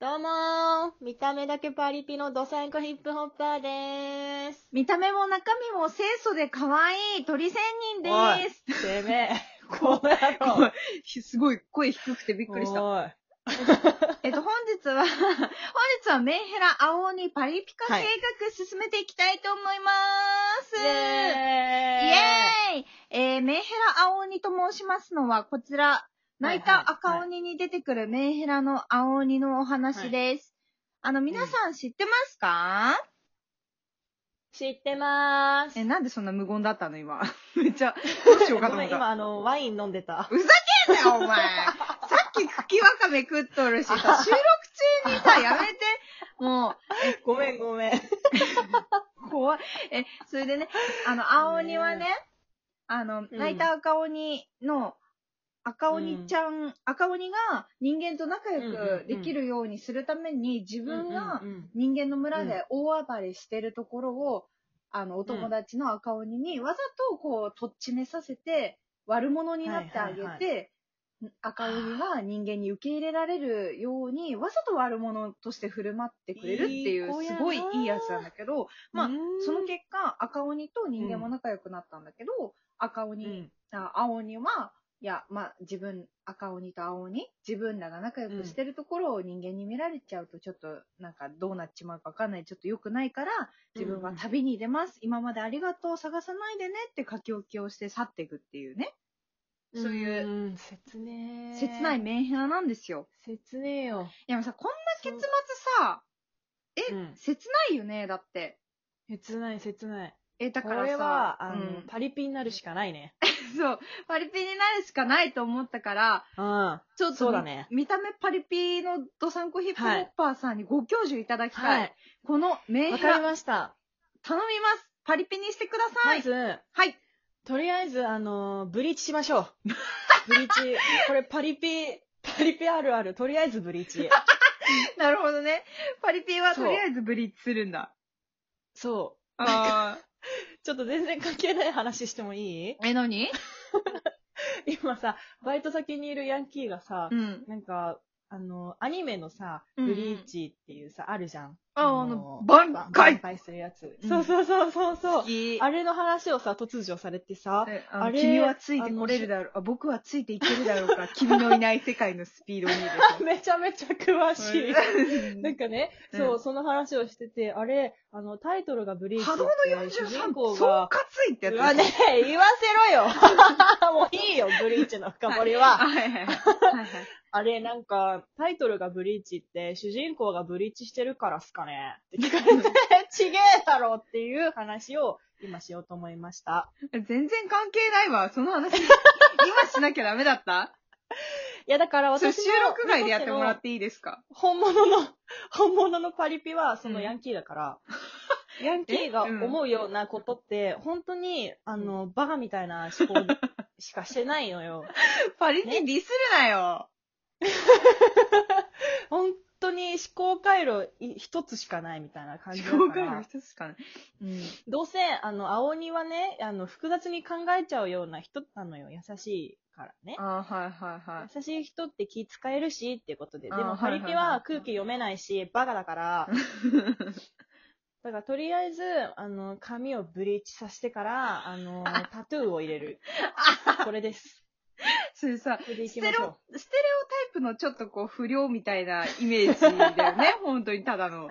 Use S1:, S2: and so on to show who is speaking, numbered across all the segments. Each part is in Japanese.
S1: どうもー見た目だけパリピのドサンコヒップホッパーでーす。
S2: 見た目も中身も清楚で可愛い鳥仙人で
S1: て めえ、こうやろう。
S2: す。すごい声低くてびっくりした。
S1: おい
S2: えっと、本日は、本日はメンヘラ青鬼パリピカ計画進めていきたいと思います。
S1: イエーイ
S2: イエーイえー、メンヘラ青鬼と申しますのは、こちら、泣いた赤鬼に出てくるメンヘラの青鬼のお話です。あの、皆さん知ってますか、
S1: 知ってまーす。
S2: え、なんでそんな無言だったの今。 めっちゃ、どうしようか
S1: ご
S2: と思
S1: め
S2: っ
S1: ん、
S2: た。
S1: 今あの、ワイン飲んでた。
S2: ふざけんなよ、お前。さっき茎わかめ食っとるしさ、収録中にさ、やめて。も
S1: ごめん、ごめん。
S2: う、怖い。え、それでね、あの、青鬼はね、あの、泣いた赤鬼の、赤鬼ちゃん、赤鬼が人間と仲良くできるようにするために、自分が
S1: うんうんうん
S2: 人間の村で大暴れしてるところを、あの、お友達の赤鬼にわざとこう、とっちめさせて、悪者になってあげて、
S1: はいはい
S2: 赤鬼が人間に受け入れられるように、わざと悪者として振る舞ってくれるってい
S1: いい子
S2: う、
S1: や
S2: す
S1: な
S2: ごいいいやつなんだけど、まあ
S1: うーん、
S2: その結果、赤鬼と人間も仲良くなったんだけど、赤
S1: う
S2: 鬼、
S1: ん
S2: あ青鬼は、いや、まあ、自分、赤鬼と青鬼、自分らが仲良くしてるところを人間に見られちゃうと、ちょっと、なんか、どうなっちまうかわかんない、ちょっと良くないから、自分は旅に出ます、今までありがとう、探さないでねって書き置きをして去っていくっていうね、そういう
S1: うーん、切ねえ。
S2: 切ない。メンヘラなんですよ。
S1: 切ねえよ。
S2: いや、もうさ、こんな
S1: そう
S2: 結末さ、
S1: うん
S2: 切ないよね、だって。
S1: 切ない、切ない。
S2: え、だ
S1: こ
S2: からさ、
S1: れは、あの、
S2: うん
S1: パリピになるしかないね。
S2: そう、パリピになるしかないと思ったから、
S1: うん。
S2: ちょっと
S1: そうだね
S2: 見た目パリピのドサンコヒップホッパーさんにご教授いただきたい。
S1: はい。
S2: このメン
S1: わ
S2: ヘ
S1: かり
S2: ラ、
S1: ました。
S2: 頼みます。パリピにしてくださ
S1: ま
S2: い。
S1: ず、
S2: はい。
S1: とりあえず、あのーブリーチしましょう。 ブリーチ。これ、パリピ、パリピあるある。とりあえずブリーチ。
S2: なるほどね。パリピは
S1: そう
S2: とりあえずブリッジするんだ。
S1: そ
S2: あ
S1: う。ちょっと全然関係ない話してもいい
S2: ー。え、何
S1: 今さ、バイト先にいるヤンキーがさ
S2: う、ん。
S1: なんか、あのーアニメのさ、
S2: うん
S1: ブリーチっていうさ、あるじゃん。
S2: あー、あの
S1: の、ーば
S2: 挽
S1: 挽
S2: 回
S1: 回するやつ。
S2: うん
S1: そうそうそうそうそう。
S2: き
S1: あれの話をさ、突如されてさ、
S2: えあの
S1: あれ
S2: 君はついてこれるだろう。あ、僕はついていけるだろうか。君のいない世界のスピードに で
S1: めちゃめちゃ詳しい。
S2: しょ。
S1: なんかね、
S2: うん
S1: そう、その話をしてて、あれ、あの、タイトルがブリーチ
S2: 波動の
S1: 主人
S2: 43、
S1: 公
S2: 総
S1: が、
S2: 括いってやつ
S1: う
S2: でしょ。
S1: わね、言わせろよ もういいよ、ブリーチの深掘りは。
S2: はいはいはい。
S1: あれ、なんか、タイトルがブリーチって、主人公がブリーチしてるからっすかねって聞かれて、 ちげえだろっていう話を今しようと思いました。
S2: 全然関係ないわ。その話、今しなきゃダメだった
S1: いや、だから
S2: それ
S1: 私
S2: 収
S1: の
S2: 録外でやってもらっていいですか
S1: 本物の、 本物のパリピは、そのヤンキーだから、ヤンキーが思うようなことって、本当に、あの、バカみたいな思考しかしてないのよ。
S2: パリピディスるなよ。
S1: 本当に思考回路い一つしかないみたいな感じだか
S2: 紹介の
S1: ら。
S2: 一つしかない。うん。
S1: どうせ、あの、青鬼はね、あの、複雑に考えちゃうような人なのよ。優しいからね。
S2: あーはいはいはい。
S1: 優しい人って気使えるし、っていうことで。で
S2: あー
S1: も、パリピ
S2: はいはいは
S1: はい空気読めないし、バカだから、だから、とりあえず、あの、髪をブリーチさせてから、あ の、タトゥーを入れる。これです。
S2: それさ、
S1: これでいきましょう。
S2: ステレオタイプのちょっとこう不良みたいなイメージだ よね。本当にただの。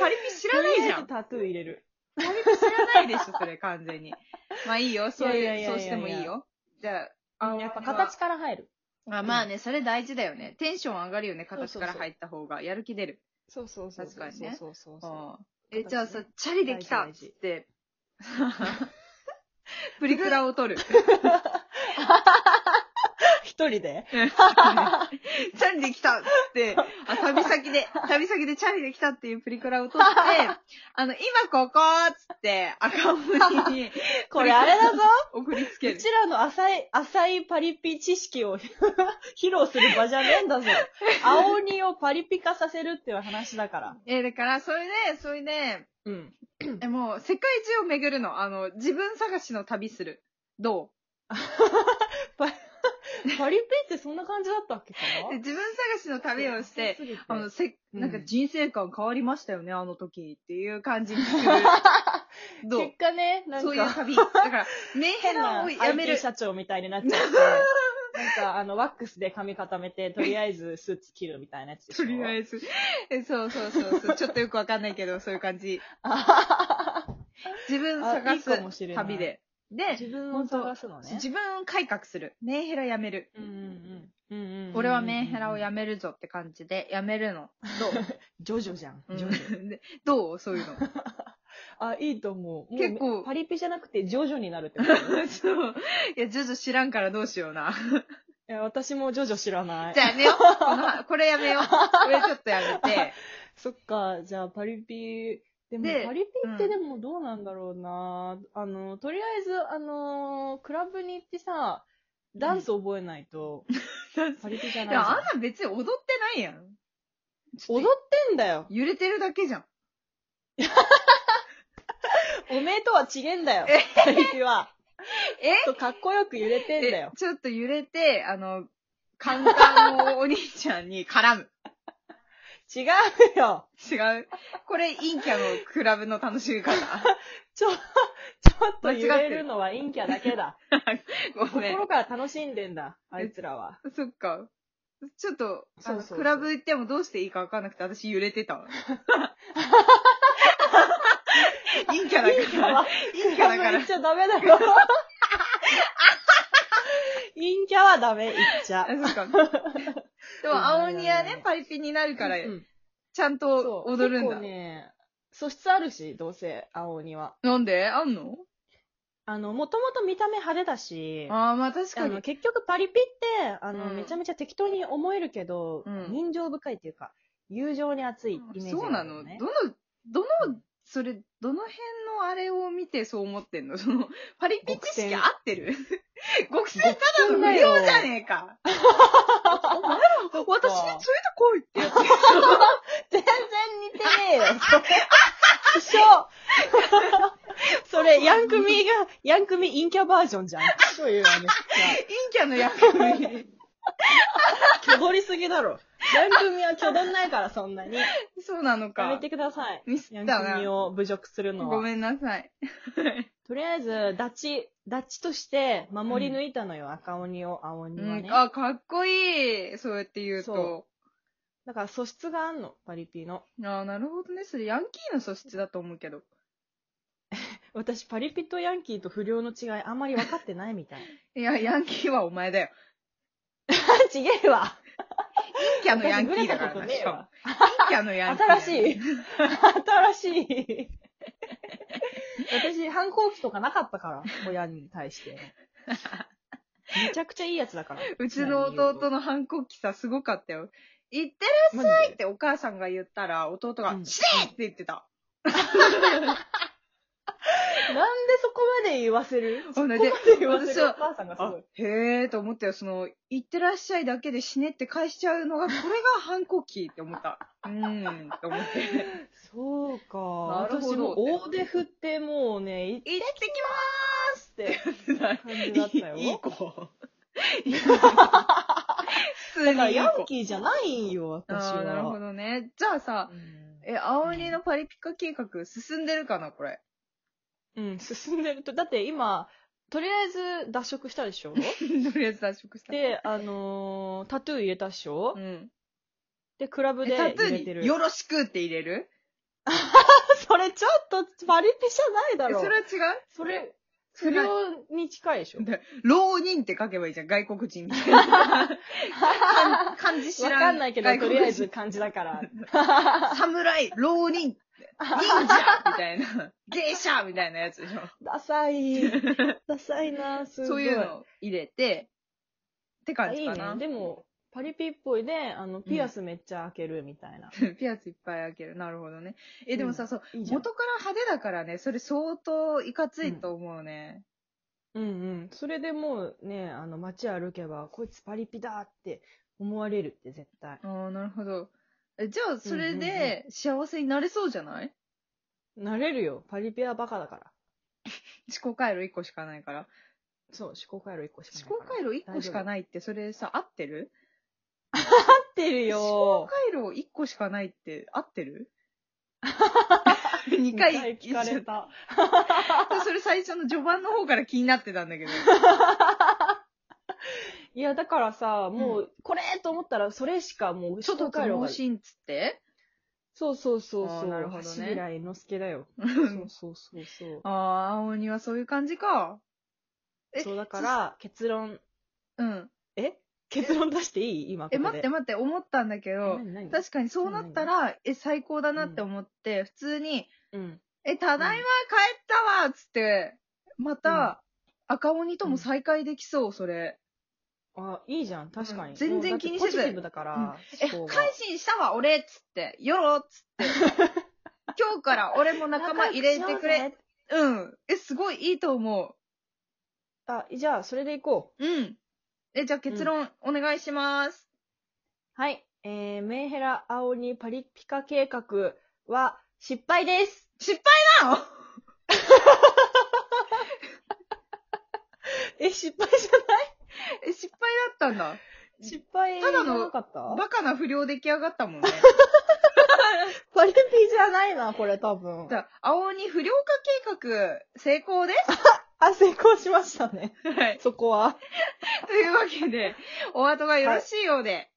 S2: パリピ知らないじゃん。
S1: とりあえずタトゥー入れる。
S2: パリピ知らないでしょ、それ完全に。まあいいよ。そう
S1: いやいやい
S2: い
S1: や
S2: う、
S1: いや
S2: そうしてもいいよ。じゃあ、
S1: やっぱ形から入る。
S2: あまあね、それ大事だよね。テンション上がるよね、形から
S1: そうそうそう
S2: 入った方が。やる気出る。
S1: そうそう
S2: そう
S1: 確かにね。そうそう
S2: ああ
S1: う
S2: え、じゃあ
S1: 形
S2: さ
S1: ね、
S2: チャリで来た
S1: 大
S2: っ
S1: 事
S2: つって、 プリクラを撮る。チ
S1: 一人 で
S2: ャリで来たっつって、あ旅先で、旅先でチャリで来たっていうプリクラ を撮って、あの、今ここっつって、赤鬼に
S1: これあれだぞ
S2: 送りつけ
S1: う
S2: る
S1: ち。らの浅い、浅いパリピ知識を 披露する場じゃねえん だぞ。青鬼をパリピ化させるっていう話だから。
S2: え、だから、それで、それで、
S1: うん。
S2: えもう、世界中を巡るの。あの、自分探しの旅する。どう
S1: パリピってそんな感じだったっけかな
S2: 自分探しの旅をして、
S1: そうすぎて
S2: あの、せ、
S1: うん
S2: なんか人生観変わりましたよね、あの時っていう感じ にする。どう
S1: 結果ね、なん
S2: そういう
S1: か、
S2: 旅。だから、メンヘ
S1: 変
S2: ラ
S1: な
S2: をやめ
S1: IT
S2: る。
S1: 社長みたいになっちゃって、 なんか、あの、ワックスで髪固めて、とりあえずスーツ着るみたいなやつでし
S2: と
S1: ょ
S2: りあ
S1: ず。
S2: えず。えそうそうそ うそう。ちょっとよくわかんないけど、そういう感じ。自分
S1: あ
S2: 探
S1: いいかもし
S2: す
S1: れない
S2: 旅で。で、
S1: 自分を探すのね。
S2: 自分を改革する。メンヘラやめる。
S1: うんうんうんうんうんうん
S2: 俺はメンヘラをやめるぞって感じで、やめるの。
S1: ジョジョじゃん。
S2: どう、
S1: ジョジョ。
S2: でどうそうい うの。
S1: あ、いいと思う。もう
S2: 結構
S1: パリピじゃなくて、ジョジョになるっ てことい
S2: そう。いや、ジョジョ知らんからどうしような。
S1: や、私もジョジョ知らない。
S2: じゃあやめよう。こ のこれやめよう。これちょっとやめて。
S1: そっか、じゃあパリピ、でも
S2: で
S1: パリピっ
S2: う
S1: て
S2: ん
S1: でもどうなんだろうな、あの、とりあえず、あの、クラブに行ってさ、ダンス覚えないと、 パリピじゃ
S2: い
S1: ないじゃ
S2: や、
S1: ん
S2: あんな別に踊ってないやん。
S1: 踊
S2: っ
S1: ってんだよ
S2: 揺れてるだけじゃん。
S1: おめえとは違えんだよ
S2: え
S1: パリピは。
S2: え
S1: ちょっとかっこよく揺れてんだよ
S2: え。ちょっと揺れて、あの、カンカンのお兄ちゃんに絡む。
S1: 違うよ
S2: 違う。これ、陰キャのクラブの楽し み方。
S1: ちょ、ちょっと揺れるのは陰キャだけだ。
S2: ごめん。
S1: 心から楽しんでんだ、あいつらは。
S2: そっか。ちょっと、あの
S1: そうそうそう
S2: クラブ行ってもどうしていいか分かんなくて、私揺れて たわ。陰キャだから。陰キャだか
S1: 言
S2: ら
S1: っ。ちゃダメだよ。陰キャはダメ、言っちゃ。
S2: あ、そっか。でも、青鬼
S1: 危ない
S2: は
S1: 危な
S2: ね
S1: い、
S2: パリピになるから、
S1: うん
S2: ちゃんと踊るんだ
S1: 結構。ね、素質あるし、どうせ、青鬼は。
S2: なんであんの
S1: あの、もともと見た目派手だし、
S2: ああ、まあ確か
S1: あの
S2: に。
S1: 結局パリピって、あの、
S2: うん
S1: めちゃめちゃ適当に思えるけど、
S2: うん
S1: 人情深いっていうか、友情に熱いイメージ、
S2: そうなのど
S1: ね
S2: の、ど
S1: う
S2: の、それ、どの辺のあれを見てそう思ってんの その、パリピ知識合ってる 極戦ただの無料じゃねえか。お前ら、私についてこいってやつ。
S1: 全然似てねえよ。一緒それ、ヤンクミが、ヤンクミ陰キャバージョンじゃん。そういう、あの、
S2: 陰キャの役に。
S1: 挙取りすぎだろ。ヤンクミは挙取んないから、そんなに。や
S2: そうなの
S1: め
S2: か。
S1: てください。
S2: ミス
S1: ヤ
S2: っ
S1: ン
S2: た
S1: クミ
S2: な。
S1: を侮辱するの
S2: ご
S1: は。
S2: めんなさい。
S1: とりあえず、ダチ、ダチとして守り抜いたのよ、赤鬼を、青鬼はね
S2: う。ん、あ、かっこいい。そうやって言うと
S1: そ。だから素質があんの、パリピの。
S2: ああ、なるほどね。それヤンキーの素質だと思うけど。
S1: 私、パリピとヤンキーと不良の違いあんまり分かってないみ たい。
S2: いや、ヤンキーはお前だよ。
S1: ちげえわ。
S2: 陰キャのヤンキーだから
S1: 私グレたこと
S2: な、
S1: ね
S2: し
S1: え
S2: かも
S1: わ。。
S2: 陰キャのヤンキー。
S1: 新しい。新し い。私、反抗期とかなかったから、親に対して。めちゃくちゃいいやつだから。
S2: うちの弟の反抗期さ、すごかったよ。行って
S1: マ
S2: る
S1: ジで
S2: ってお母さんが言ったら、弟が
S1: う、ん
S2: 死ねって言ってた。
S1: なんでそこまで言わせるそ
S2: ほ
S1: こ
S2: ん
S1: ま
S2: で
S1: で言わせ
S2: 私
S1: るお
S2: は
S1: 母さんがす
S2: あ
S1: ごい。
S2: へえと思ったよ。その、行ってらっしゃいだけで死ねって返しちゃうのが、これが反抗期って 思った。うーん、と思って。
S1: そうか。
S2: なるほ
S1: 私
S2: ど
S1: も大手振ってもうね、いっ
S2: 行ってき
S1: つって
S2: まーす
S1: 感じだったよ。
S2: いいい い子。普通
S1: だから
S2: にいい
S1: ヤン
S2: 子。
S1: キーじゃないんよ、私
S2: あ
S1: は。
S2: ーなるほどね。じゃあさ、え、青鬼のパリピカ計画進んでるかな、これ。
S1: うん、うん進んでると。だって今、とりあえず脱色したでしょ
S2: とりあえず脱色した。
S1: で、あのータトゥー入れたっしょ、
S2: うん。
S1: で、クラブ
S2: え
S1: で
S2: タトゥ
S1: 入れて
S2: ー
S1: る。
S2: に、よろしくって入れる
S1: それちょっとパリピじゃない
S2: え
S1: だろ。
S2: それは違う
S1: それ、不良に近いで しょ
S2: だ浪人って書けばいいじゃん、外国人みた いな。漢漢字知ら
S1: わ
S2: ん。
S1: かんないけど、
S2: 外
S1: と
S2: 国
S1: り
S2: 人
S1: あえず。漢字だから。
S2: 侍、浪人、忍者みた いな。芸者みたいなやつでしょ。
S1: ダサ い。ダサいな、すごい。
S2: そういうのを入れて、って
S1: あ
S2: 感
S1: い
S2: じ
S1: い
S2: か
S1: ね
S2: な。。
S1: でも、パリピっぽいで、あの、ピアスめっちゃ開けるみたいな。
S2: ピアスいっぱい開ける。なるほどね。え、でもさ、
S1: うん
S2: そう、
S1: いいじゃん。
S2: 元から派手だからね、それ相当いかついと思うね。
S1: うんうん。それでもうね、あの、街歩けば、こいつパリピだって思われるって絶対。
S2: ああ、なるほど。えじゃあ、それ
S1: うんうん
S2: で幸せになれそうじゃない、
S1: なれるよ。パリピはバカだから。
S2: 思考回路1個しかないから。
S1: そう、思考回路1個しかない
S2: 思考回
S1: 路
S2: 路1個しかないって、それさ、合ってる
S1: 合ってるよ
S2: 思考回路1個しかないって、合って る ?2 回
S1: 聞かれ
S2: た。
S1: た。
S2: それ最初の序盤の方から気になってたんだけど。
S1: いや、だからさ、もう、これと思ったら、それしかもう思
S2: ちょっと
S1: 考回路
S2: 楽
S1: が。
S2: しいんつって
S1: そうそうそうそ
S2: あー
S1: う。
S2: なるほどね
S1: 橋平猿之助だよ。そ
S2: うん
S1: うそうそうそう。
S2: ああ、青鬼はそういう感じか。え
S1: そうだから、結論、
S2: うん。
S1: え結論出していい今ここで。
S2: え、待って待って、思ったんだけど、
S1: 何何
S2: 確かにそうなったら、え、最高だなって思って、普通に、
S1: うん。
S2: え、ただいま帰ったわっつって、また、赤鬼とも再会できそう、それ。
S1: あ、いいじゃん。確かに。
S2: うん全然
S1: もうだって
S2: 気にせず
S1: ポジティブだから。
S2: え、
S1: 思考が
S2: 改心したわ、俺っつって、よろっつ って。今日から俺も仲間入れてくれ。。うん。え、すごいいいと思
S1: あ、じゃあ、それでいこう。
S2: う。うん。え、じゃあ結論お願いします。
S1: はい。えー、メンヘラ青鬼パリピカ計画は失敗です。
S2: 失敗なの
S1: え、失敗じゃない
S2: え、失敗だったんだ。
S1: 失敗じ
S2: た
S1: ゃ
S2: だの
S1: なかった
S2: バカな不良出来上がったもん ね。
S1: パリピじゃないな、これ多分
S2: じ。ゃあ、青鬼不良化計画成功です。
S1: あ、成功しましたね。
S2: はい。
S1: そこは。
S2: というわけで、お後がよろしいようで。